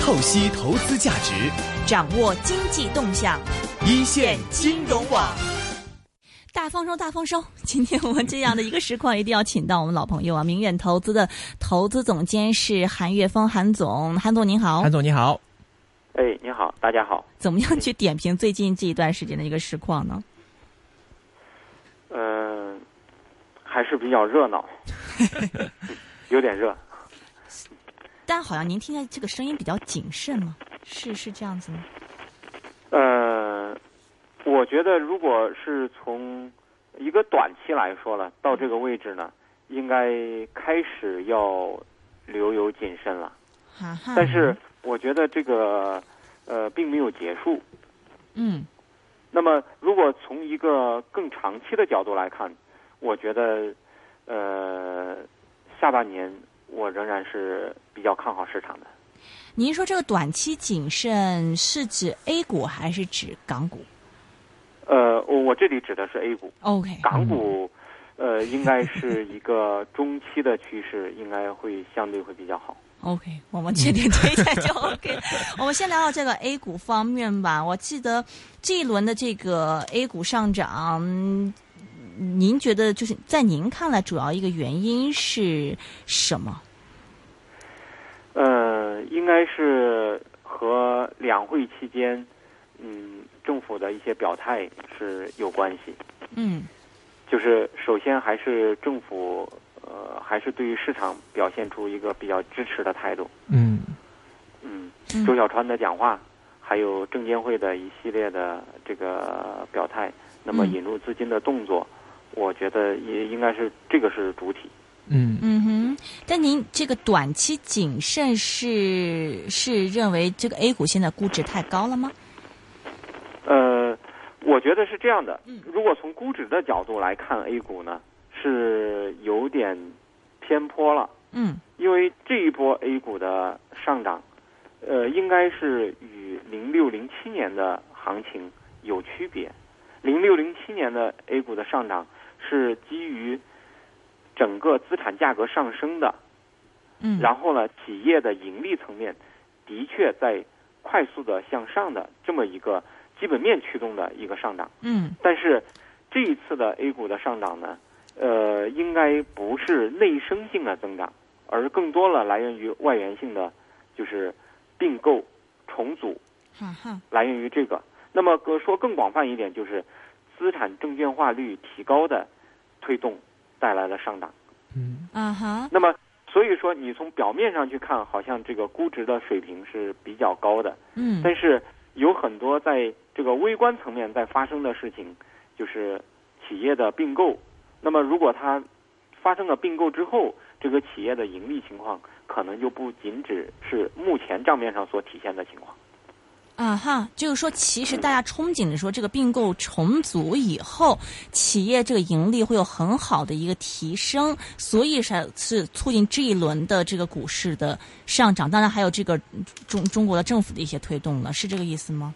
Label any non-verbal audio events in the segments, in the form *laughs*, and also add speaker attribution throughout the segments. Speaker 1: 透析投资价值，
Speaker 2: 掌握经济动向，
Speaker 1: 一线金融网。
Speaker 2: 大丰收，大丰收！今天我们这样的一个实况，一定要请到我们老朋友啊，明远投资的投资总监是韩岳峰，韩总，韩总您好
Speaker 1: 韩。总你好，
Speaker 3: 哎，你好，大家好。
Speaker 2: 怎么样去点评最近这一段时间的一个实况呢？
Speaker 3: 嗯、还是比较热闹，有点热。
Speaker 2: 但好像您听见这个声音比较谨慎嘛，是是这样子吗？
Speaker 3: 呃，我觉得如果是从一个短期来说了，到这个位置呢，应该开始要留有谨慎了。
Speaker 2: 哈哈。
Speaker 3: 但是我觉得这个呃并没有结束。
Speaker 2: 嗯，
Speaker 3: 那么，如果从一个更长期的角度来看，我觉得，呃，下半年我仍然是比较看好市场的。
Speaker 2: 您说这个短期谨慎是指 A 股还是指港股
Speaker 3: 呃，我我这里指的是 A 股，
Speaker 2: ？OK，
Speaker 3: 港股，呃，应该是一个中期的趋势，应该会相对会比较好。
Speaker 2: OK，我们确定这一下 *laughs* 就 OK。我们先聊聊这个 A 股方面吧。我记得这一轮的这个 A 股上涨，嗯您觉得就是在您看来，主要一个原因是什么？
Speaker 3: 呃，应该是和两会期间，嗯，政府的一些表态是有关系。
Speaker 2: 嗯
Speaker 3: 就是首先还是政府，呃，还是对于市场表现出一个比较支持的态度。
Speaker 1: 嗯
Speaker 3: 嗯
Speaker 2: 嗯，
Speaker 3: 周小川的讲话，还有证监会的一系列的这个表态，那么
Speaker 2: 嗯
Speaker 3: 引入资金的动作，我觉得也应该是这个是主体。
Speaker 1: 嗯，
Speaker 2: 嗯哼。但您这个短期谨慎是是认为这个 A 股现在估值太高了吗？
Speaker 3: 呃，我觉得是这样的
Speaker 2: 嗯。
Speaker 3: 如果从估值的角度来看，A 股呢是有点偏颇了。
Speaker 2: 嗯
Speaker 3: 因为这一波 A 股的上涨，呃，应该是与零六零七年的行情有区别。零六零七年的 A 股的上涨是基于整个资产价格上升的，
Speaker 2: 嗯。
Speaker 3: 然后呢，企业的盈利层面的确在快速的向上的这么一个基本面驱动的一个上涨。
Speaker 2: 嗯
Speaker 3: 但是这一次的 A 股的上涨呢，呃，应该不是内生性的增长，而更多了来源于外源性的，就是并购、重组，
Speaker 2: 哈哈。
Speaker 3: 来源于这个。那么呃说更广泛一点，就是资产证券化率提高的推动带来了上涨。
Speaker 1: 嗯
Speaker 2: 啊哈。
Speaker 3: 那么所以说，你从表面上去看，好像这个估值的水平是比较高的，
Speaker 2: 嗯
Speaker 3: 但是有很多在这个微观层面在发生的事情，就是企业的并购。那么如果它发生了并购之后，这个企业的盈利情况可能就不仅只是目前账面上所体现的情况。
Speaker 2: 啊哈，就是说，其实大家憧憬着说，这个并购重组以后，企业这个盈利会有很好的一个提升，所以才是呃促进这一轮的这个股市的上涨。当然，还有这个中中国的政府的一些推动了，是这个意思吗？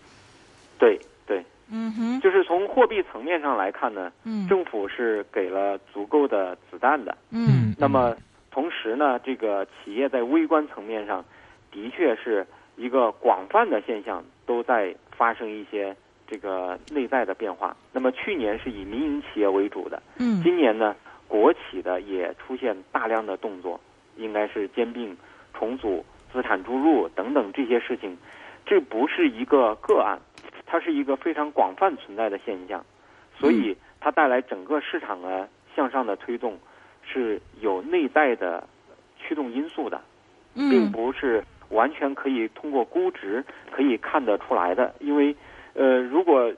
Speaker 3: 对对，
Speaker 2: 嗯哼，
Speaker 3: 就是从货币层面上来看呢，
Speaker 2: 嗯
Speaker 3: 政府是给了足够的子弹的。
Speaker 2: 嗯
Speaker 3: 那么同时呢，这个企业在微观层面上，的确是一个广泛的现象，都在发生一些这个内在的变化。那么去年是以民营企业为主的，
Speaker 2: 嗯
Speaker 3: 今年呢，国企的也出现大量的动作，应该是兼并、重组、资产注入等等这些事情，这不是一个个案，它是一个非常广泛存在的现象，所以它带来整个市场的向上的推动是有内在的驱动因素的，并
Speaker 2: 嗯
Speaker 3: 不是完全可以通过估值可以看得出来的，因为呃，如果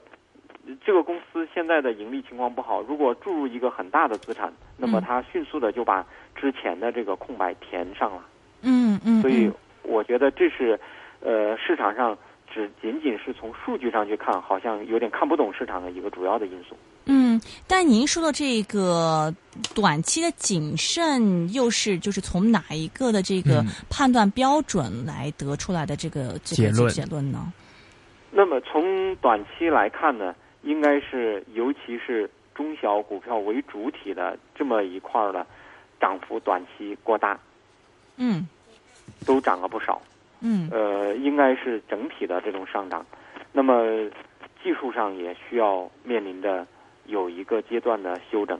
Speaker 3: 这个公司现在的盈利情况不好，如果注入一个很大的资产，那么
Speaker 2: 嗯
Speaker 3: 它迅速的就把之前的这个空白填上了。
Speaker 2: 嗯嗯，
Speaker 3: 所以我觉得这是呃市场上只仅仅是从数据上去看，好像有点看不懂市场的一个主要的因素。
Speaker 2: 嗯，但您说的这个短期的谨慎，又是就是从哪一个的这个
Speaker 1: 嗯
Speaker 2: 判断标准来得出来的这个这
Speaker 1: 结
Speaker 2: 个
Speaker 1: 论
Speaker 2: 结论呢？
Speaker 3: 那么从短期来看呢，应该是尤其是中小股票为主体的这么一块儿的涨幅短期过大，
Speaker 2: 嗯
Speaker 3: 都涨了不少。
Speaker 2: 嗯
Speaker 3: 呃，应该是整体的这种上涨。那么技术上也需要面临着有一个阶段的修整。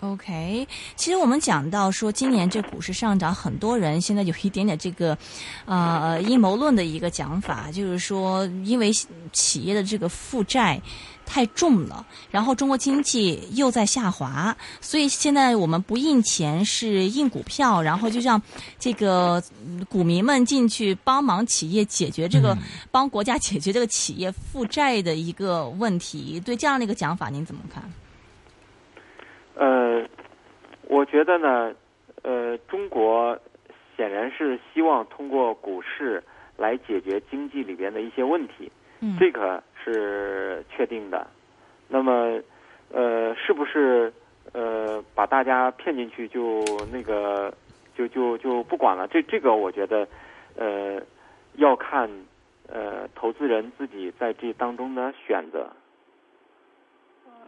Speaker 2: ，OK。其实我们讲到说，今年这股市上涨，很多人现在有一点点这个，呃，阴谋论的一个讲法，就是说，因为企业的这个负债。太重了，然后中国经济又在下滑，所以现在我们不印钱是印股票，然后就让这个嗯股民们进去帮忙企业解决这个、帮国家解决这个企业负债的一个问题。对这样的一个讲法，您怎么看？
Speaker 3: 呃，我觉得呢，呃，中国显然是希望通过股市来解决经济里边的一些问题，
Speaker 2: 嗯
Speaker 3: 这个是确定的。那么，呃，是不是呃把大家骗进去就那个就就就不管了？这这个我觉得，呃，要看呃投资人自己在这当中的选择。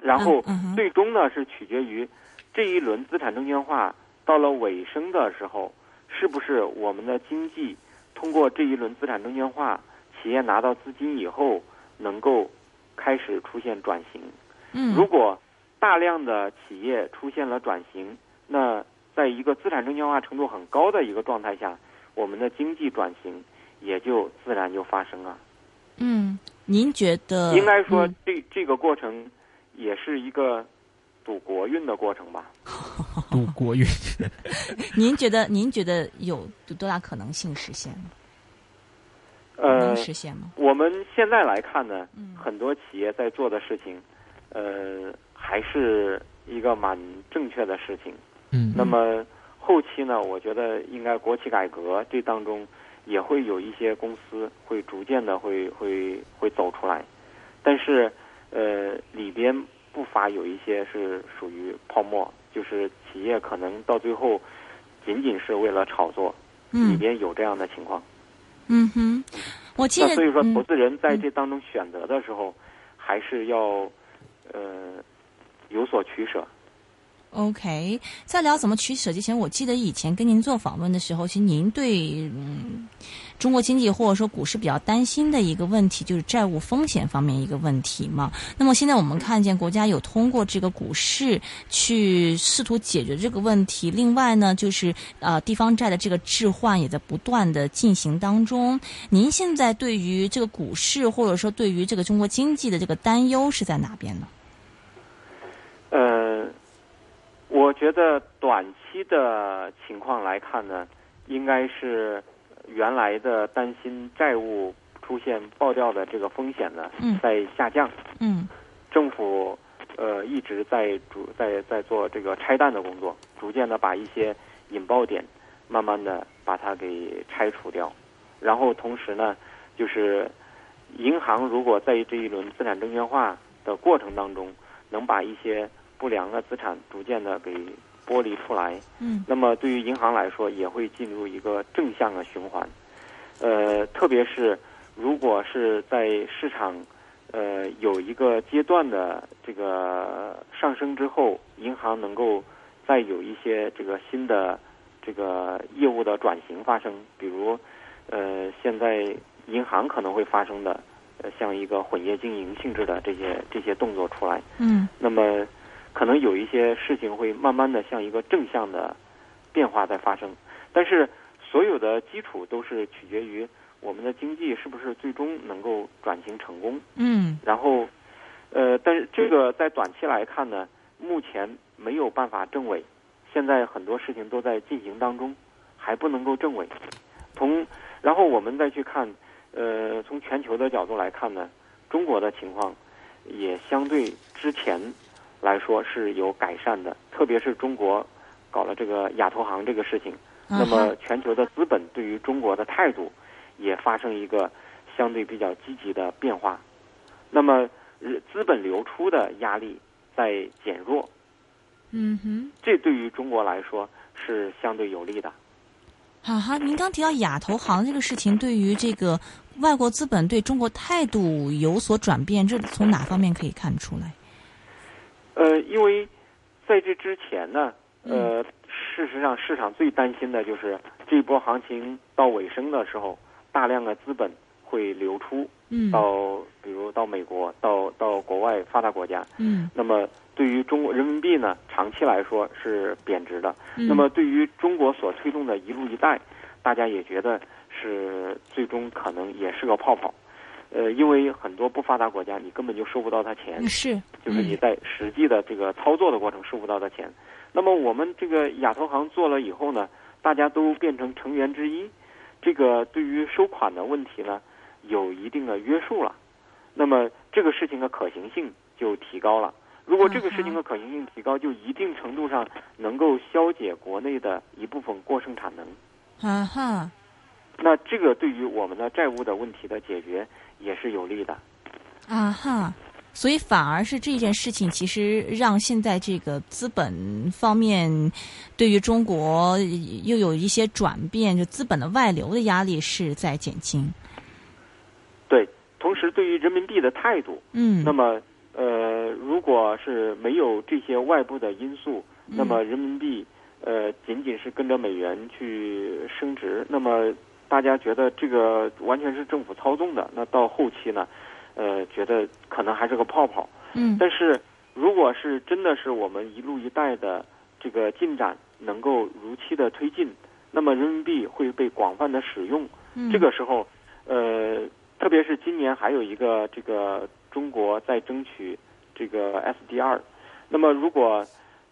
Speaker 3: 然后
Speaker 2: 嗯嗯哼
Speaker 3: 最终呢是取决于这一轮资产证券化到了尾声的时候，是不是我们的经济通过这一轮资产证券化，企业拿到资金以后能够开始出现转型。
Speaker 2: 嗯
Speaker 3: 如果大量的企业出现了转型，那在一个资产证券化程度很高的一个状态下，我们的经济转型也就自然就发生了。啊
Speaker 2: 嗯，您觉得
Speaker 3: 应该说
Speaker 2: 嗯
Speaker 3: 这、这个过程也是一个赌国运的过程吧。
Speaker 1: 赌国运， *laughs*
Speaker 2: 您觉得您觉得有多大可能性实现？
Speaker 3: 呃
Speaker 2: 能，实现吗？
Speaker 3: 我们现在来看呢，
Speaker 2: 嗯
Speaker 3: 很多企业在做的事情，呃，还是一个蛮正确的事情。
Speaker 1: 嗯
Speaker 3: 那么后期呢，我觉得应该国企改革这当中也会有一些公司会逐渐的会会会走出来，但是呃里边不乏有一些是属于泡沫，就是企业可能到最后仅仅是为了炒作，里
Speaker 2: 嗯
Speaker 3: 边有这样的情况。
Speaker 2: 嗯哼，我记
Speaker 3: 那
Speaker 2: 得
Speaker 3: 所以说，
Speaker 2: 嗯
Speaker 3: 投资人在这当中选择的时候，还是要呃有所取舍。
Speaker 2: OK，在聊怎么取舍之前，我记得以前跟您做访问的时候，其实您对嗯中国经济或者说股市比较担心的一个问题，就是债务风险方面一个问题嘛。那么现在我们看见国家有通过这个股市去试图解决这个问题。另外呢，就是呃地方债的这个置换也在不断的进行当中。您现在对于这个股市或者说对于这个中国经济的这个担忧是在哪边呢？
Speaker 3: 呃，我觉得短期的情况来看呢，应该是原来的担心债务出现爆掉的这个风险呢
Speaker 2: 嗯
Speaker 3: 在下降，
Speaker 2: 嗯
Speaker 3: 政府呃一直在逐在在做这个拆弹的工作，逐渐的把一些引爆点慢慢的把它给拆除掉，然后同时呢，就是银行如果在这一轮资产证券化的过程当中，能把一些不良的资产逐渐的给剥离出来，
Speaker 2: 嗯
Speaker 3: 那么对于银行来说，也会进入一个正向的循环。呃，特别是如果是在市场呃有一个阶段的这个上升之后，银行能够再有一些这个新的这个业务的转型发生，比如呃现在银行可能会发生的呃像一个混业经营性质的这些这些动作出来。
Speaker 2: 嗯
Speaker 3: 那么可能有一些事情会慢慢的向一个正向的变化在发生，但是所有的基础都是取决于我们的经济是不是最终能够转型成功。
Speaker 2: 嗯
Speaker 3: 然后，呃，但是这个在短期来看呢，目前没有办法证伪，现在很多事情都在进行当中，还不能够证伪。从然后我们再去看，呃，从全球的角度来看呢，中国的情况也相对之前来说是有改善的，特别是中国搞了这个亚投行这个事情，
Speaker 2: 嗯
Speaker 3: 那么全球的资本对于中国的态度也发生一个相对比较积极的变化。那么呃资本流出的压力在减弱，
Speaker 2: 嗯哼，
Speaker 3: 这对于中国来说是相对有利的。
Speaker 2: 哈哈，您刚提到亚投行这个事情，对于这个外国资本对中国态度有所转变，这从哪方面可以看出来？
Speaker 3: 呃，因为在这之前呢，呃，事实上市场最担心的就是这一波行情到尾声的时候，大量的资本会流出
Speaker 2: 嗯
Speaker 3: 到，比如到美国、到到国外发达国家。
Speaker 2: 嗯，
Speaker 3: 那么对于中国人民币呢，长期来说是贬值的。
Speaker 2: 嗯
Speaker 3: 那么对于中国所推动的一路一带，大家也觉得是最终可能也是个泡泡。呃，因为很多不发达国家，你根本就收不到他钱
Speaker 2: 嗯，是
Speaker 3: 就是你在实际的这个操作的过程收不到的钱。那么我们这个亚投行做了以后呢，大家都变成成员之一，这个对于收款的问题呢，有一定的约束了。那么这个事情的可行性就提高了。如果这个事情的可行性提高，就一定程度上能够消解国内的一部分过剩产能。
Speaker 2: 啊哈，
Speaker 3: 那这个对于我们的债务的问题的解决也是有利的。
Speaker 2: 啊哈，所以反而是这件事情，其实让现在这个资本方面对于中国又有一些转变，就资本的外流的压力是在减轻。
Speaker 3: 对，同时对于人民币的态度，
Speaker 2: 嗯，
Speaker 3: 那么，呃，如果是没有这些外部的因素，
Speaker 2: 嗯
Speaker 3: 那么人民币呃仅仅是跟着美元去升值，那么大家觉得这个完全是政府操纵的。那到后期呢，呃，觉得可能还是个泡泡。
Speaker 2: 嗯
Speaker 3: 但是如果是真的是我们一路一带的这个进展能够如期的推进，那么人民币会被广泛的使用。
Speaker 2: 嗯
Speaker 3: 这个时候，呃，特别是今年还有一个这个中国在争取这个 SDR，那么如果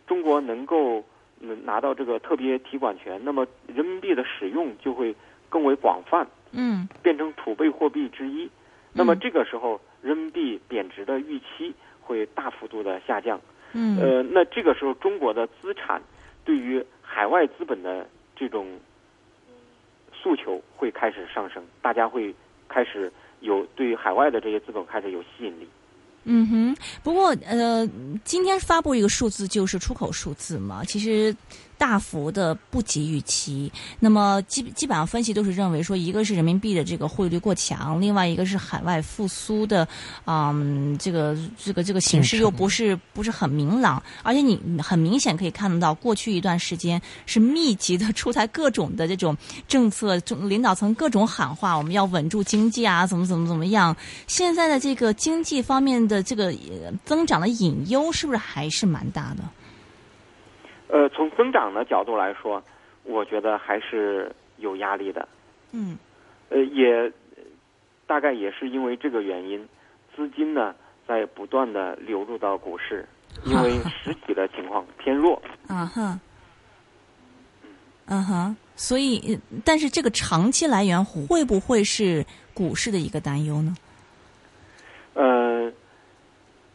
Speaker 3: 中国能够嗯拿到这个特别提款权，那么人民币的使用就会更为广泛，
Speaker 2: 嗯
Speaker 3: 变成储备货币之一。那么
Speaker 2: 嗯
Speaker 3: 这个时候，人民币贬值的预期会大幅度的下降。
Speaker 2: 嗯
Speaker 3: 呃，那这个时候中国的资产对于海外资本的这种诉求会开始上升，大家会开始有对海外的这些资本开始有吸引力。
Speaker 2: 嗯哼，不过呃，今天发布一个数字，就是出口数字嘛，其实大幅的不及预期。那么基基本上分析都是认为说，一个是人民币的这个汇率过强，另外一个是海外复苏的，嗯，这个这个这个形势
Speaker 1: 进程
Speaker 2: 又不是不是很明朗，而且你你很明显可以看得到，过去一段时间是密集的出台各种的这种政策，中领导层各种喊话，我们要稳住经济啊，怎么怎么怎么样。现在的这个经济方面的这个呃增长的隐忧，是不是还是蛮大的？
Speaker 3: 呃，从增长的角度来说，我觉得还是有压力的。
Speaker 2: 嗯
Speaker 3: 呃，也呃大概也是因为这个原因，资金呢在不断的流入到股市，因为实体的情况偏弱。
Speaker 2: 啊哈，嗯哼，所以，呃但是这个长期来源会不会是股市的一个担忧呢？
Speaker 3: 呃，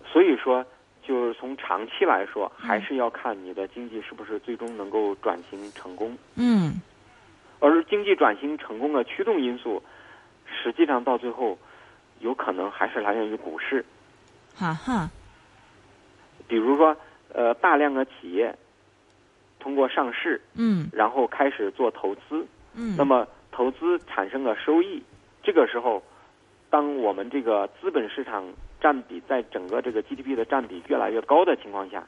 Speaker 3: 所以说，就是从长期来说，还是要看你的经济是不是最终能够转型成功。
Speaker 2: 嗯
Speaker 3: 而经济转型成功的驱动因素，实际上到最后，有可能还是来源于股市。
Speaker 2: 哈哈，
Speaker 3: 比如说，呃，大量的企业通过上市，
Speaker 2: 嗯
Speaker 3: 然后开始做投资，
Speaker 2: 嗯，
Speaker 3: 那么投资产生了收益，这个时候，当我们这个资本市场占比在整个这个 GDP 的占比越来越高的情况下，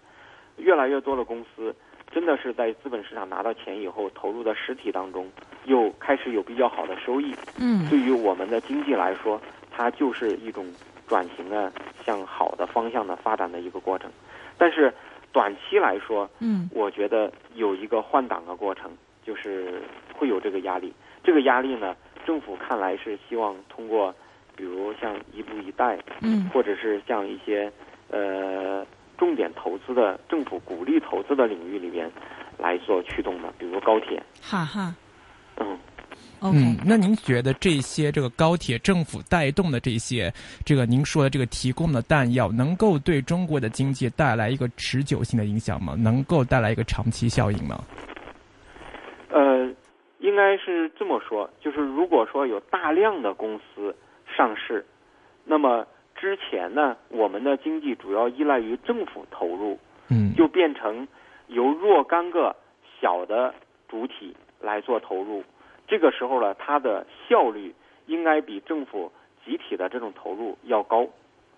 Speaker 3: 越来越多的公司真的是在资本市场拿到钱以后投入到实体当中，又开始有比较好的收益。
Speaker 2: 嗯
Speaker 3: 对于我们的经济来说，它就是一种转型的向好的方向的发展的一个过程。但是短期来说，
Speaker 2: 嗯
Speaker 3: 我觉得有一个换挡的过程，就是会有这个压力。这个压力呢，政府看来是希望通过，比如像“一步一带”，
Speaker 2: 嗯
Speaker 3: 或者是像一些呃重点投资的政府鼓励投资的领域里边来做驱动的，比如高铁。
Speaker 2: 哈哈
Speaker 3: 嗯，
Speaker 2: ，OK，
Speaker 1: 嗯，那您觉得这些这个高铁政府带动的这些这个您说的这个提供的弹药，能够对中国的经济带来一个持久性的影响吗？能够带来一个长期效应吗？
Speaker 3: 呃，应该是这么说，就是如果说有大量的公司上市，那么之前呢，我们的经济主要依赖于政府投入。
Speaker 1: 嗯，
Speaker 3: 就变成由若干个小的主体来做投入。这个时候呢，它的效率应该比政府集体的这种投入要高。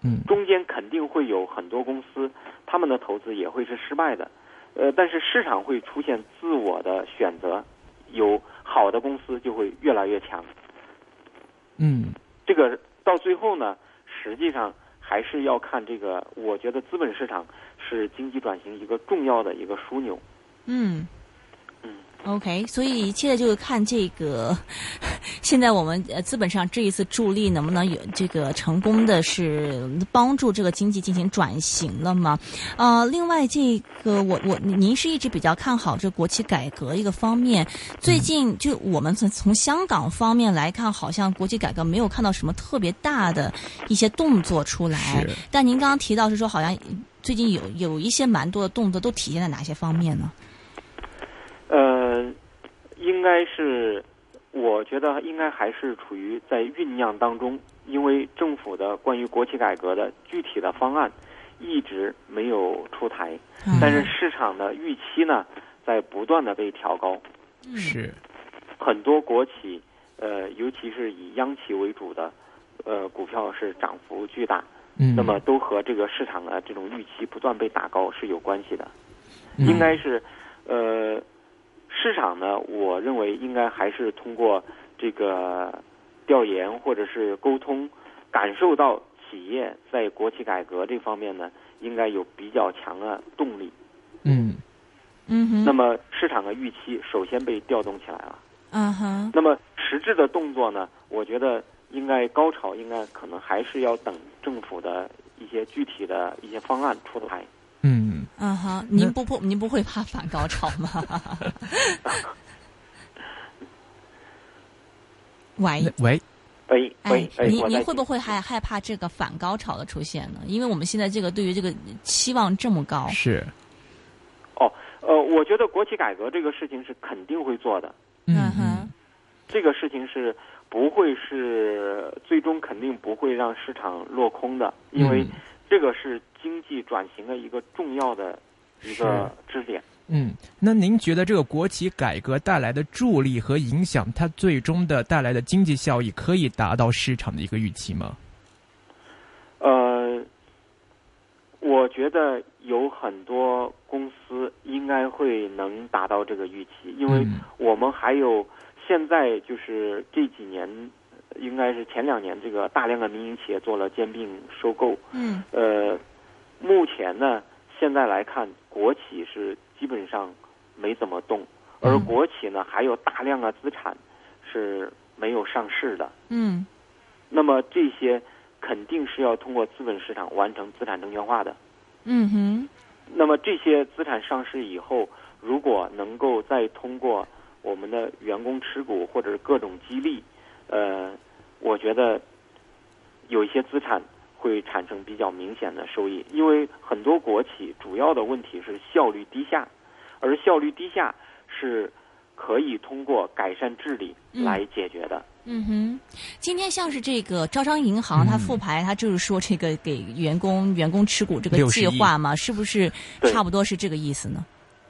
Speaker 1: 嗯
Speaker 3: 中间肯定会有很多公司，他们的投资也会是失败的。呃，但是市场会出现自我的选择，有好的公司就会越来越强，
Speaker 1: 嗯
Speaker 3: 这个到最后呢，实际上还是要看这个，我觉得资本市场是经济转型一个重要的一个枢纽。
Speaker 2: 嗯
Speaker 3: 嗯
Speaker 2: ，OK，所以一切就是看这个，现在我们呃资本上这一次助力能不能有这个成功的是帮助这个经济进行转型了吗？呃，另外这个我我您是一直比较看好这国企改革一个方面，最近就我们从从香港方面来看，好像国企改革没有看到什么特别大的一些动作出来
Speaker 1: 是，
Speaker 2: 但您刚刚提到是说好像最近有有一些蛮多的动作，都体现在哪些方面呢？
Speaker 3: 呃，应该是，我觉得应该还是处于在酝酿当中，因为政府的关于国企改革的具体的方案一直没有出台，
Speaker 2: 嗯
Speaker 3: 但是市场的预期呢，在不断的被调高，
Speaker 2: 嗯
Speaker 1: 是
Speaker 3: 很多国企，呃，尤其是以央企为主的，呃，股票是涨幅巨大，
Speaker 1: 嗯，
Speaker 3: 那么都和这个市场的这种预期不断被打高是有关系的。
Speaker 1: 嗯
Speaker 3: 应该是，呃，市场呢，我认为应该还是通过这个调研或者是沟通，感受到企业在国企改革这方面呢，应该有比较强的动力。
Speaker 1: 嗯
Speaker 2: 嗯哼，
Speaker 3: 那么市场的预期首先被调动起来了。
Speaker 2: 嗯哼，
Speaker 3: 那么实质的动作呢，我觉得应该高潮应该可能还是要等政府的一些具体的一些方案出台。
Speaker 1: 嗯
Speaker 2: 嗯哼，
Speaker 1: 那
Speaker 2: 您不不您不会怕反高潮吗？
Speaker 3: *laughs*
Speaker 2: 喂
Speaker 1: 那，喂
Speaker 3: 喂
Speaker 2: 哎
Speaker 3: 喂，，哎，
Speaker 2: 您
Speaker 3: 我
Speaker 2: 您
Speaker 3: 在
Speaker 2: 会不会害害怕这个反高潮的出现呢？因为我们现在这个对于这个期望这么高，
Speaker 1: 是
Speaker 3: 呃，我觉得国企改革这个事情是肯定会做的，
Speaker 2: 嗯哼，
Speaker 3: 这个事情是不会是最终肯定不会让市场落空的，因为
Speaker 1: 嗯
Speaker 3: 这个是经济转型的一个重要的一个支点。
Speaker 1: 嗯，那您觉得这个国企改革带来的助力和影响，它最终的带来的经济效益可以达到市场的一个预期吗？
Speaker 3: 呃，我觉得有很多公司应该会能达到这个预期，因为
Speaker 1: 嗯
Speaker 3: 我们还有现在就是这几年，呃应该是前两年，这个大量的民营企业做了兼并收购。
Speaker 2: 嗯
Speaker 3: 呃，目前呢，现在来看，国企是基本上没怎么动，而
Speaker 1: 嗯
Speaker 3: 国企呢还有大量的资产是没有上市的。
Speaker 2: 嗯
Speaker 3: 那么这些肯定是要通过资本市场完成资产证券化的。
Speaker 2: 嗯哼，
Speaker 3: 那么这些资产上市以后，如果能够再通过我们的员工持股或者是各种激励，呃，我觉得有一些资产会产生比较明显的收益，因为很多国企主要的问题是效率低下，而效率低下是可以通过改善治理来解决的。
Speaker 2: 嗯哼，今天像是这个招商银行，它
Speaker 1: 嗯
Speaker 2: 复牌，它就是说这个给员工员工持股这个
Speaker 1: 60
Speaker 2: 计划嘛，是不是
Speaker 3: 对
Speaker 2: 差不多是这个意思呢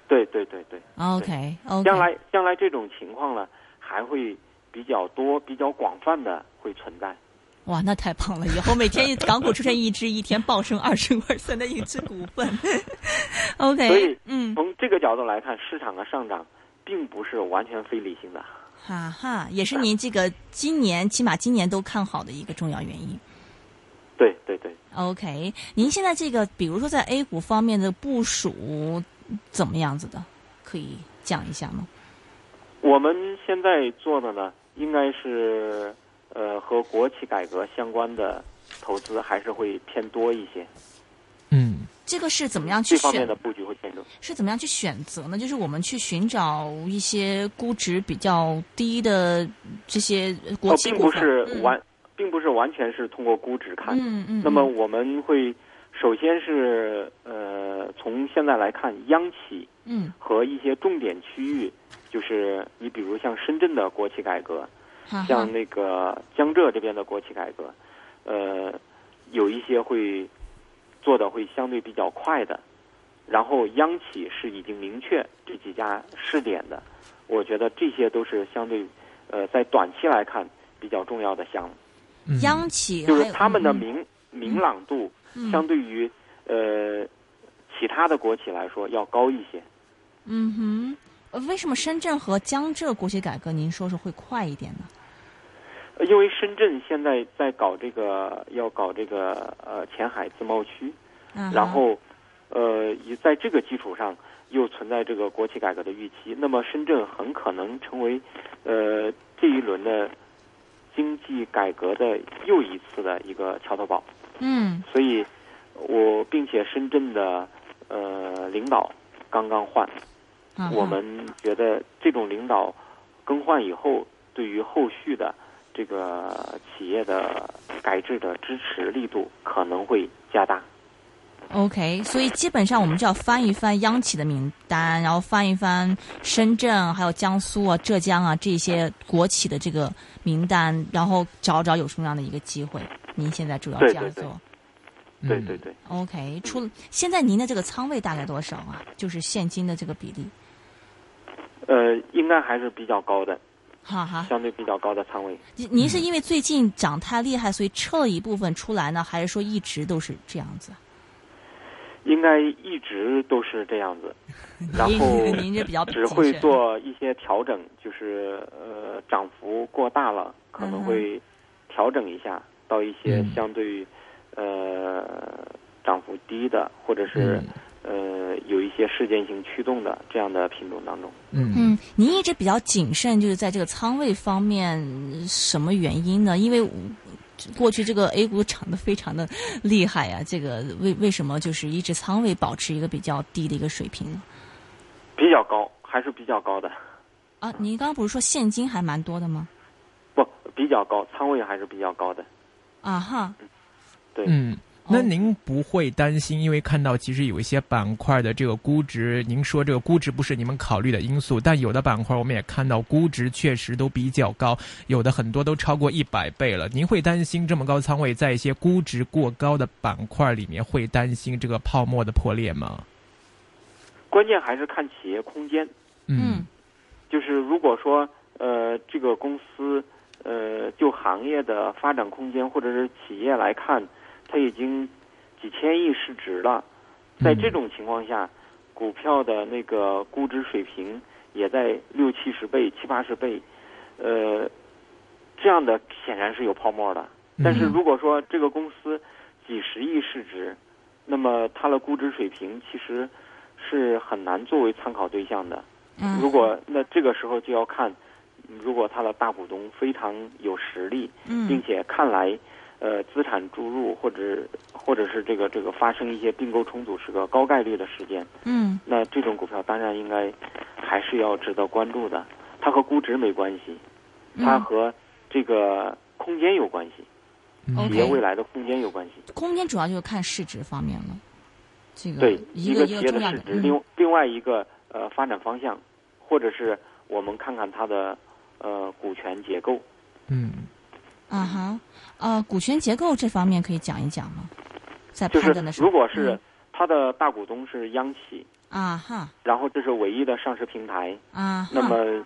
Speaker 3: 对对对对。
Speaker 2: ？OK
Speaker 3: 将
Speaker 2: OK，
Speaker 3: 来将来这种情况呢，还会比较多、比较广泛的会存在。
Speaker 2: 哇，那太棒了！以后每天港股出现一只，一天暴升二升二三的一只股份。
Speaker 3: 所
Speaker 2: OK，
Speaker 3: 以
Speaker 2: 嗯，
Speaker 3: 从这个角度来看，市场的上涨并不是完全非理性的。
Speaker 2: 哈哈，也是您这个今年起码今年都看好的一个重要原因。
Speaker 3: 对对对，
Speaker 2: OK，您现在这个比如说在 A 股方面的部署怎么样子的，可以讲一下吗？
Speaker 3: 我们现在做的呢，应该是呃和国企改革相关的投资还是会偏多一些，
Speaker 1: 嗯
Speaker 2: 这个是怎么样去
Speaker 3: 这方面
Speaker 2: 选
Speaker 3: 的？布局会偏多。
Speaker 2: 是怎么样去选择呢？就是我们去寻找一些估值比较低的这些国
Speaker 3: 哦，
Speaker 2: 企
Speaker 3: 并
Speaker 2: 股
Speaker 3: 不
Speaker 2: 份。
Speaker 3: 是
Speaker 2: 嗯
Speaker 3: 完，并不是完全是通过估值看。
Speaker 2: 嗯嗯。
Speaker 3: 那么我们会首先是呃从现在来看，央企
Speaker 2: 嗯，
Speaker 3: 和一些重点区域，就是你比如像深圳的国企改革，
Speaker 2: 哈哈
Speaker 3: 像，那个江浙这边的国企改革，呃，有一些会做的会相对比较快的，然后央企是已经明确这几家试点的，我觉得这些都是相对呃在短期来看比较重要的项目，
Speaker 1: 嗯，
Speaker 2: 央企还
Speaker 3: 就
Speaker 2: 有
Speaker 3: 是他们的明明朗度
Speaker 2: 嗯
Speaker 3: 相对于呃其他的国企来说要高一些。
Speaker 2: 嗯哼，呃为什么深圳和江浙国企改革，您说是会快一点呢？
Speaker 3: 呃因为深圳现在在搞这个，要搞这个呃前海自贸区，
Speaker 2: 嗯哼
Speaker 3: 然后，呃，也在这个基础上又存在这个国企改革的预期，那么深圳很可能成为，呃，这一轮的经济改革的又一次的一个桥头堡。
Speaker 2: 嗯
Speaker 3: 所以，我并且深圳的呃领导刚刚换，
Speaker 2: 嗯哼
Speaker 3: 我们觉得这种领导更换以后，对于后续的这个企业的改制的支持力度可能会加大。
Speaker 2: OK，所以基本上我们就要翻一翻央企的名单，然后翻一翻深圳、还有江苏啊、浙江啊这些国企的这个名单，然后找找有什么样的一个机会。您现在主要这样做
Speaker 3: 对对对
Speaker 1: 嗯
Speaker 3: 对对对。
Speaker 2: o k 除了现在您的这个仓位大概多少啊？就是现金的这个比例，
Speaker 3: 呃，应该还是比较高的，
Speaker 2: 哈哈。
Speaker 3: 相对比较高的仓位。
Speaker 2: 您您是因为最近涨太厉害，所以撤了一部分出来呢，还是说一直都是这样子？
Speaker 3: 应该一直都是这样
Speaker 2: *laughs*
Speaker 3: 子，然
Speaker 2: 您
Speaker 3: 后
Speaker 2: 您这比较
Speaker 3: 只会
Speaker 2: 谨慎
Speaker 3: 做一些调整，就是呃涨幅过大了，可
Speaker 2: 嗯
Speaker 3: 能会调整一下到一些
Speaker 1: 嗯
Speaker 3: 相对呃涨幅低的，或者是
Speaker 1: 嗯
Speaker 3: 呃有一些事件性驱动的这样的品种当中。
Speaker 1: 嗯
Speaker 2: 嗯，您一直比较谨慎，就是在这个仓位方面，呃什么原因呢？因为我过去这个 A 股涨得非常的厉害呀、这个为为什么就是一直仓位保持一个比较低的一个水平呢？
Speaker 3: 比较高，还是比较高的，
Speaker 2: 啊，您刚刚不是说现金还蛮多的吗？
Speaker 3: 不比较高，仓位还是比较高的。
Speaker 2: 啊哈，
Speaker 3: 对，
Speaker 1: 嗯。那
Speaker 2: 哦
Speaker 1: 您不会担心，因为看到其实有一些板块的这个估值，您说这个估值不是你们考虑的因素，但有的板块我们也看到估值确实都比较高，有的很多都超过一百倍了。您会担心这么高仓位在一些估值过高的板块里面会担心这个泡沫的破裂吗？
Speaker 3: 关键还是看企业空间。
Speaker 2: 嗯
Speaker 3: 就是如果说呃这个公司呃就行业的发展空间或者是企业来看，它已经几千亿市值了，在这种情况下，股票的那个估值水平也在六七十倍、七八十倍，呃，这样的显然是有泡沫的。
Speaker 2: 嗯
Speaker 1: 嗯
Speaker 3: 但是如果说这个公司几十亿市值，那么它的估值水平其实是很难作为参考对象的。
Speaker 2: 嗯，
Speaker 3: 如果那这个时候就要看，嗯如果他的大股东非常有实力，并
Speaker 2: 嗯
Speaker 3: 且看来，呃，资产注入或者或者是这个这个发生一些并购重组是个高概率的事件，
Speaker 2: 嗯
Speaker 3: 那这种股票当然应该还是要值得关注的。它和估值没关系，它
Speaker 2: 嗯
Speaker 3: 和这个空间有关系，
Speaker 1: 嗯
Speaker 3: 企业
Speaker 2: OK 嗯
Speaker 3: 未来的空间有关系。
Speaker 2: 空间主要就是看市值方面了，这个
Speaker 3: 对
Speaker 2: 嗯一
Speaker 3: 个
Speaker 2: 个
Speaker 3: 企
Speaker 2: 一个
Speaker 3: 业的
Speaker 2: 重要
Speaker 3: 市
Speaker 2: 的
Speaker 3: 值，
Speaker 2: 嗯
Speaker 3: 另另外一个呃发展方向，或者是我们看看它的呃股权结构。
Speaker 1: 嗯
Speaker 2: 啊哈，呃，股权结构这方面可以讲一讲吗？在
Speaker 3: 就
Speaker 2: 判断的
Speaker 3: 是
Speaker 2: 时候，
Speaker 3: 如果是
Speaker 2: 嗯
Speaker 3: 它的大股东是央企，
Speaker 2: 啊哈
Speaker 3: 然后这是唯一的上市平台，
Speaker 2: 啊哈，
Speaker 3: 那么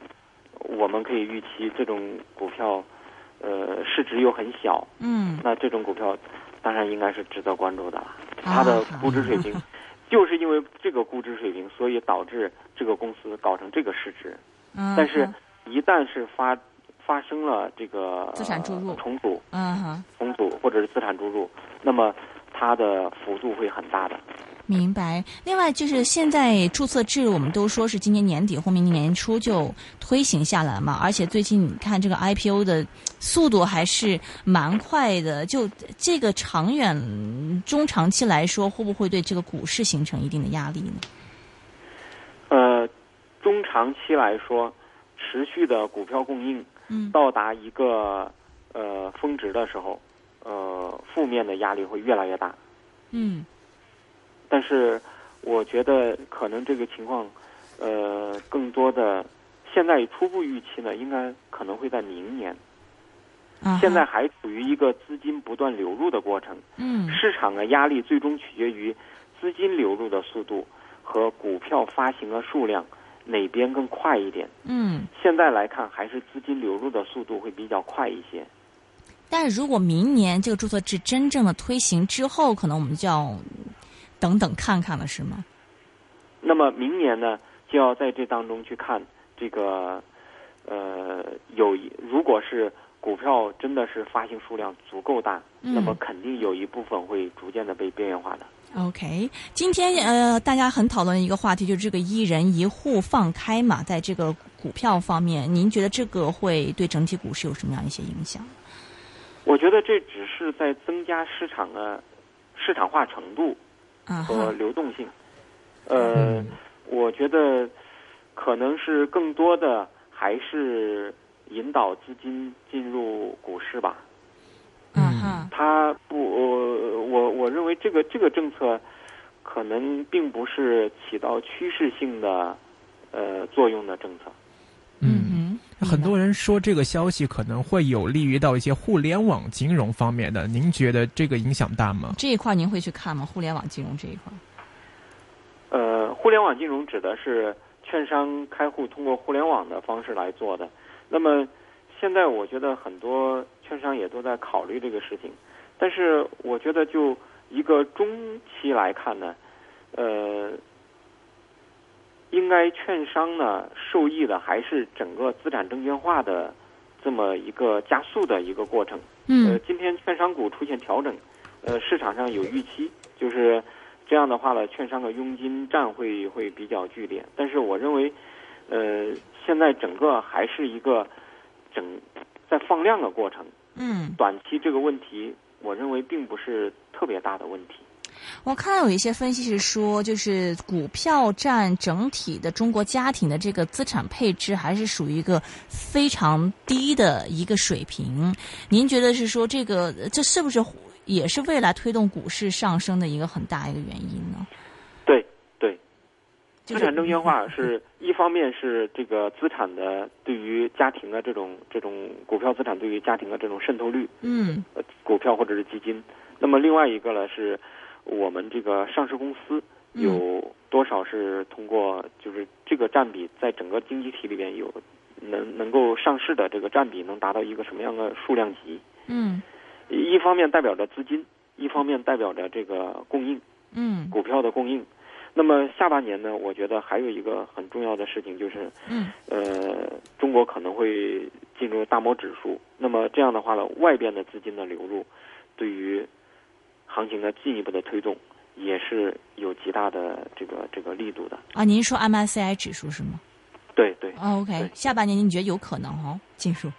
Speaker 3: 我们可以预期这种股票，呃，市值又很小，
Speaker 2: 嗯。
Speaker 3: 那这种股票当然应该是值得关注的了。
Speaker 2: 啊
Speaker 3: 它的估值水
Speaker 2: *laughs*
Speaker 3: 平，就是因为这个估值水平，所以导致这个公司搞成这个市值。
Speaker 2: 嗯，
Speaker 3: 但是，一旦是发发生了这个
Speaker 2: 资产注入
Speaker 3: 呃重组、
Speaker 2: 嗯哼，
Speaker 3: 重组或者是资产注入，那么它的幅度会很大的。
Speaker 2: 明白。另外就是现在注册制，我们都说是今年年底或明年年初就推行下来嘛，而且最近你看这个 IPO 的速度还是蛮快的。就这个长远、中长期来说，会不会对这个股市形成一定的压力呢？
Speaker 3: 呃，中长期来说，持续的股票供应
Speaker 2: 嗯
Speaker 3: 到达一个呃峰值的时候，呃，负面的压力会越来越大。
Speaker 2: 嗯
Speaker 3: 但是我觉得可能这个情况，呃，更多的现在初步预期呢，应该可能会在明年。
Speaker 2: 啊哈，
Speaker 3: 现在还处于一个资金不断流入的过程，
Speaker 2: 嗯
Speaker 3: 市场的压力最终取决于资金流入的速度和股票发行的数量哪边更快一点。
Speaker 2: 嗯，
Speaker 3: 现在来看，还是资金流入的速度会比较快一些。
Speaker 2: 但是如果明年这个注册制真正的推行之后，可能我们就要等等看看了，是吗？
Speaker 3: 那么明年呢，就要在这当中去看这个，呃，有一如果是股票真的是发行数量足够大，
Speaker 2: 嗯
Speaker 3: 那么肯定有一部分会逐渐的被边缘化的。
Speaker 2: OK，今天呃，大家很讨论一个话题，就是这个一人一户放开嘛，在这个股票方面，您觉得这个会对整体股市有什么样一些影响？
Speaker 3: 我觉得这只是在增加市场的市场化程度
Speaker 2: 啊哈，
Speaker 3: 和流动性。呃
Speaker 1: 嗯，
Speaker 3: 我觉得可能是更多的还是引导资金进入股市吧。
Speaker 2: 啊哈，
Speaker 3: 它不，我我我认为这个这个政策可能并不是起到趋势性的呃作用的政策。
Speaker 2: 嗯哼，
Speaker 1: 很多人说这个消息可能会有利于到一些互联网金融方面的，您觉得这个影响大吗？
Speaker 2: 这一块您会去看吗？互联网金融这一块？
Speaker 3: 呃，互联网金融指的是券商开户通过互联网的方式来做的。那么现在我觉得很多券商也都在考虑这个事情，但是我觉得就一个中期来看呢，呃，应该券商呢受益的还是整个资产证券化的这么一个加速的一个过程。呃
Speaker 2: 嗯，
Speaker 3: 今天券商股出现调整，呃，市场上有预期，就是这样的话呢，券商的佣金战会会比较剧烈。但是我认为，呃，现在整个还是一个整在放量的过程，
Speaker 2: 嗯，
Speaker 3: 短期这个问题，我认为并不是特别大的问题。
Speaker 2: 我看有一些分析是说，就是股票占整体的中国家庭的这个资产配置，还是属于一个非常低的一个水平。您觉得是说这个这是不是也是未来推动股市上升的一个很大一个原因呢？
Speaker 3: 对对，
Speaker 2: 就
Speaker 3: 资
Speaker 2: 是
Speaker 3: 产证券化
Speaker 2: *laughs*
Speaker 3: 是一方面是这个资产的对于家庭的这种这种股票资产对于家庭的这种渗透率，
Speaker 2: 嗯
Speaker 3: 呃股票或者是基金。那么另外一个呢，是我们这个上市公司
Speaker 2: 嗯
Speaker 3: 有多少是通过就是这个占比在整个经济体里边有能能够上市的这个占比能达到一个什么样的数量级？
Speaker 2: 嗯
Speaker 3: 一方面代表着资金，一方面代表着这个供应
Speaker 2: 嗯
Speaker 3: 股票的供应。那么下半年呢，我觉得还有一个很重要的事情就是
Speaker 2: 嗯
Speaker 3: 呃，中国可能会进入大摩指数。那么这样的话呢，外边的资金的流入，对于行情的进一步的推动，也是有极大的这个这个力度的。
Speaker 2: 啊，您说 MSCI 指数是吗？
Speaker 3: 对对，
Speaker 2: 哦，OK，
Speaker 3: 对
Speaker 2: 下半年您觉得有可能哦进入？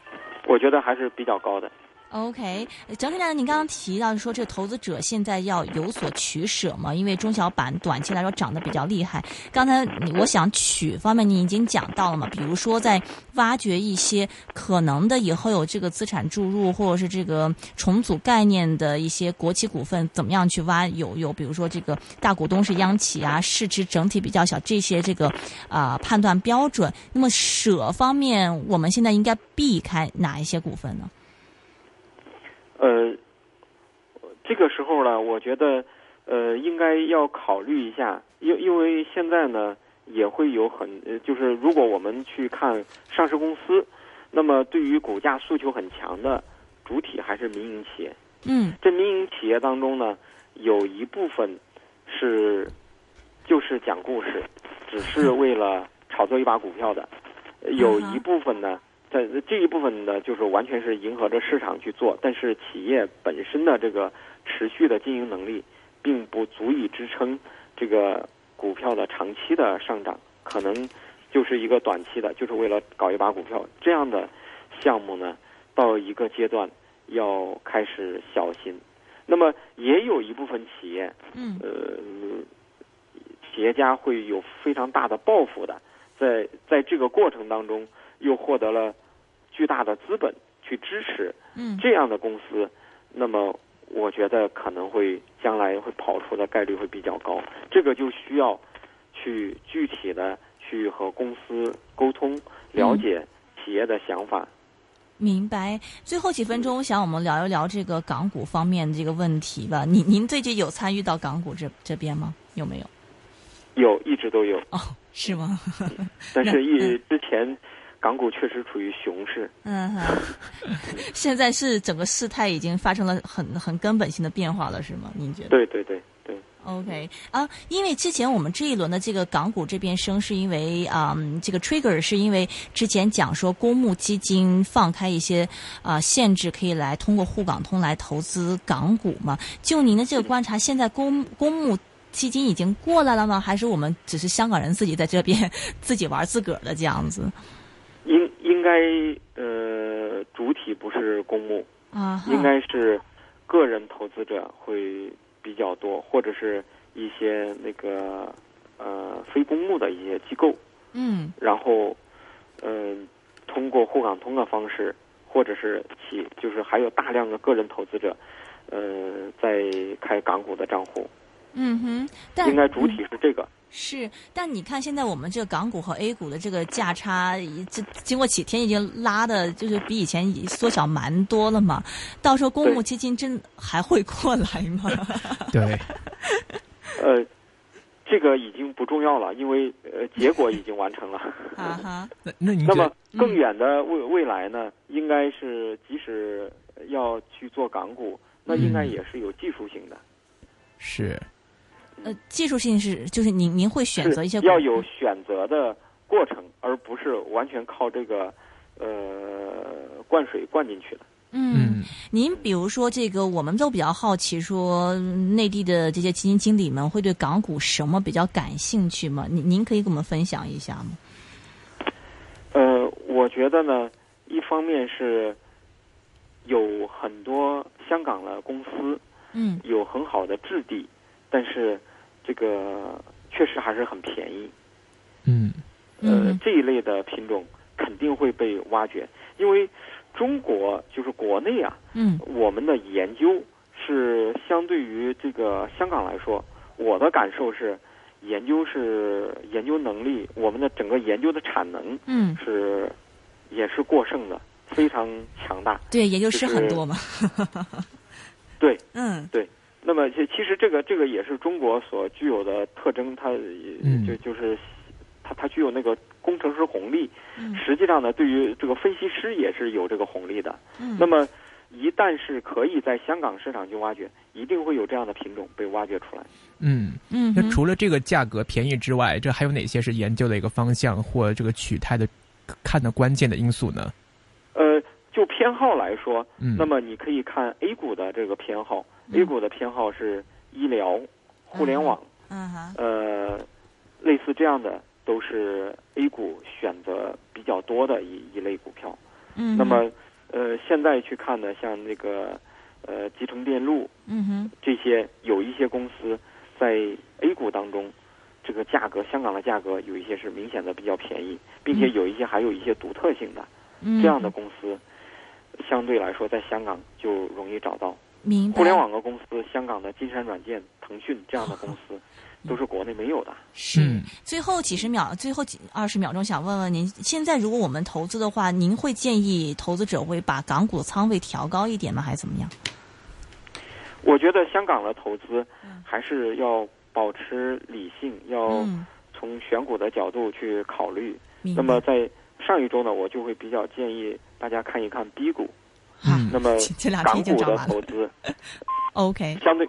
Speaker 3: 我觉得还是比较高的。
Speaker 2: OK，呃整体来讲，您刚刚提到说，这个投资者现在要有所取舍嘛，因为中小板短期来说涨得比较厉害。刚才你我想取方面，你已经讲到了嘛，比如说在挖掘一些可能的以后有这个资产注入或者是这个重组概念的一些国企股份，怎么样去挖？有有，比如说这个大股东是央企啊，市值整体比较小，这些这个啊、判断标准。那么舍方面，我们现在应该避开哪一些股份呢？
Speaker 3: 呃，这个时候呢，我觉得呃，应该要考虑一下，因因为现在呢也会有很，呃就是如果我们去看上市公司，那么对于股价诉求很强的主体还是民营企业。
Speaker 2: 嗯
Speaker 3: 这民营企业当中呢，有一部分是就是讲故事，只是为了炒作一把股票的；呃有一部分呢，在这一部分呢，就是完全是迎合着市场去做，但是企业本身的这个持续的经营能力，并不足以支撑这个股票的长期的上涨，可能就是一个短期的，就是为了搞一把股票这样的项目呢，到一个阶段要开始小心。那么也有一部分企业，
Speaker 2: 嗯。
Speaker 3: 呃，企业家会有非常大的抱负的，在在这个过程当中又获得了巨大的资本去支持
Speaker 2: 嗯
Speaker 3: 这样的公司，那么我觉得可能会将来会跑出的概率会比较高。这个就需要去具体的去和公司沟通，了解企业的想法。
Speaker 2: 明白。最后几分钟，我想我们聊一聊这个港股方面的这个问题吧。您您最近有参与到港股这这边吗？有没有？
Speaker 3: 有，一直都有，
Speaker 2: 哦，是吗？
Speaker 3: 但
Speaker 2: 那
Speaker 3: 是一之前港股确实处于熊市。
Speaker 2: 嗯哈。 *laughs* 现在是整个事态已经发生了很很根本性的变化了，是吗？您觉得
Speaker 3: 对对对对，
Speaker 2: OK 啊，因为之前我们这一轮的这个港股这边升，是因为啊、嗯这个 trigger 是因为之前讲说公募基金放开一些啊、限制，可以来通过沪港通来投资港股嘛。就您的这个观察，现在公公募基金已经过来了吗？还是我们只是香港人自己在这边 *laughs* 自己玩自个儿的这样子
Speaker 3: 应应该呃，主体不是公募，
Speaker 2: 啊哈？
Speaker 3: 应该是个人投资者会比较多，或者是一些那个呃非公募的一些机构，
Speaker 2: 嗯
Speaker 3: 然后嗯、通过沪港通的方式，或者是企，就是还有大量的个人投资者，呃，在开港股的账户，
Speaker 2: 嗯哼，但
Speaker 3: 应该主体是这个。
Speaker 2: 是，但你看现在我们这个港股和 A 股的这个价差，一这经过几天已经拉的，就是比以前已缩小蛮多了嘛。到时候公募
Speaker 3: 对
Speaker 2: 基金真还会过来吗？ *laughs* 嗯
Speaker 1: 对，
Speaker 3: 呃，这个已经不重要了，因为呃结果已经
Speaker 2: *laughs*
Speaker 3: 完成了。
Speaker 2: 啊哈，
Speaker 1: 那那您
Speaker 3: 那
Speaker 1: 觉
Speaker 3: 么
Speaker 2: 嗯
Speaker 1: 得
Speaker 3: 更远的未未来呢，应该是即使要去做港股，那应该
Speaker 1: 嗯
Speaker 3: 也是有技术性的，
Speaker 1: 是
Speaker 2: 呃，技术性是就是您您会选择一些
Speaker 3: 是要有选择的过程，而不是完全靠这个呃灌水灌进去的。
Speaker 2: 嗯。
Speaker 1: 嗯
Speaker 2: 您比如说这个，我们都比较好奇说，内地的这些基金经理们会对港股什么比较感兴趣吗？您您可以跟我们分享一下吗？
Speaker 3: 呃，我觉得呢，一方面是有很多香港的公司
Speaker 2: 嗯
Speaker 3: 有很好的质地，但是这个确实还是很便宜。
Speaker 1: 嗯
Speaker 3: 呃
Speaker 2: 嗯，
Speaker 3: 这一类的品种肯定会被挖掘，因为中国就是国内啊，
Speaker 2: 嗯
Speaker 3: 我们的研究是相对于这个香港来说，我的感受是，研究是研究能力，我们的整个研究的产能
Speaker 2: 嗯，
Speaker 3: 是也是过剩的，非常强大。
Speaker 2: 对，研究师
Speaker 3: 就是
Speaker 2: 很多嘛。 *laughs*
Speaker 3: 对，
Speaker 2: 嗯
Speaker 3: 那么其其实这个这个也是中国所具有的特征，它也
Speaker 1: 嗯
Speaker 3: 就就是它它具有那个工程师红利。
Speaker 2: 嗯
Speaker 3: 实际上呢，对于这个分析师也是有这个红利的。
Speaker 2: 嗯
Speaker 3: 那么，一旦是可以在香港市场去挖掘，一定会有这样的品种被挖掘出来。
Speaker 1: 嗯，
Speaker 2: 嗯
Speaker 1: 那
Speaker 2: 哼
Speaker 1: 除了这个价格便宜之外，这还有哪些是研究的一个方向或这个取态的看的关键的因素呢？
Speaker 3: 呃，就偏好来说，
Speaker 1: 嗯，
Speaker 3: 那么你可以看 A 股的这个偏好、
Speaker 2: 嗯
Speaker 3: a 股的偏好是医疗、互联网，
Speaker 2: 嗯哈，
Speaker 3: 呃，类似这样的都是 A 股选择比较多的一一类股票。
Speaker 2: 嗯哼，
Speaker 3: 那么，呃，现在去看呢，像那个呃集成电路，
Speaker 2: 嗯哼，
Speaker 3: 这些有一些公司在 A 股当中，这个价格香港的价格有一些是明显的比较便宜，并且有一些还有一些独特性的
Speaker 2: 嗯
Speaker 3: 这样的公司，相对来说在香港就容易找到。
Speaker 2: 明白
Speaker 3: 互联网的公司，香港的金山软件、腾讯这样的公司，
Speaker 2: 嗯
Speaker 3: 都是国内没有的。
Speaker 2: 是、
Speaker 1: 嗯
Speaker 2: 最后几十秒，最后几二十秒钟，想问问您，现在如果我们投资的话，您会建议投资者会把港股的仓位调高一点吗？还是怎么样？
Speaker 3: 我觉得香港的投资还是要保持理性，要
Speaker 2: 嗯，
Speaker 3: 从选股的角度去考虑。
Speaker 2: 明白。
Speaker 3: 哦那么在上一周呢，我就会比较建议大家看一看 B 股。
Speaker 2: 好，
Speaker 1: 嗯
Speaker 3: 那么
Speaker 2: *laughs* 这这两天
Speaker 3: 港
Speaker 2: 已经
Speaker 3: 股
Speaker 2: 涨
Speaker 3: 的
Speaker 2: 完了
Speaker 3: 投资
Speaker 2: ，OK，
Speaker 3: 相对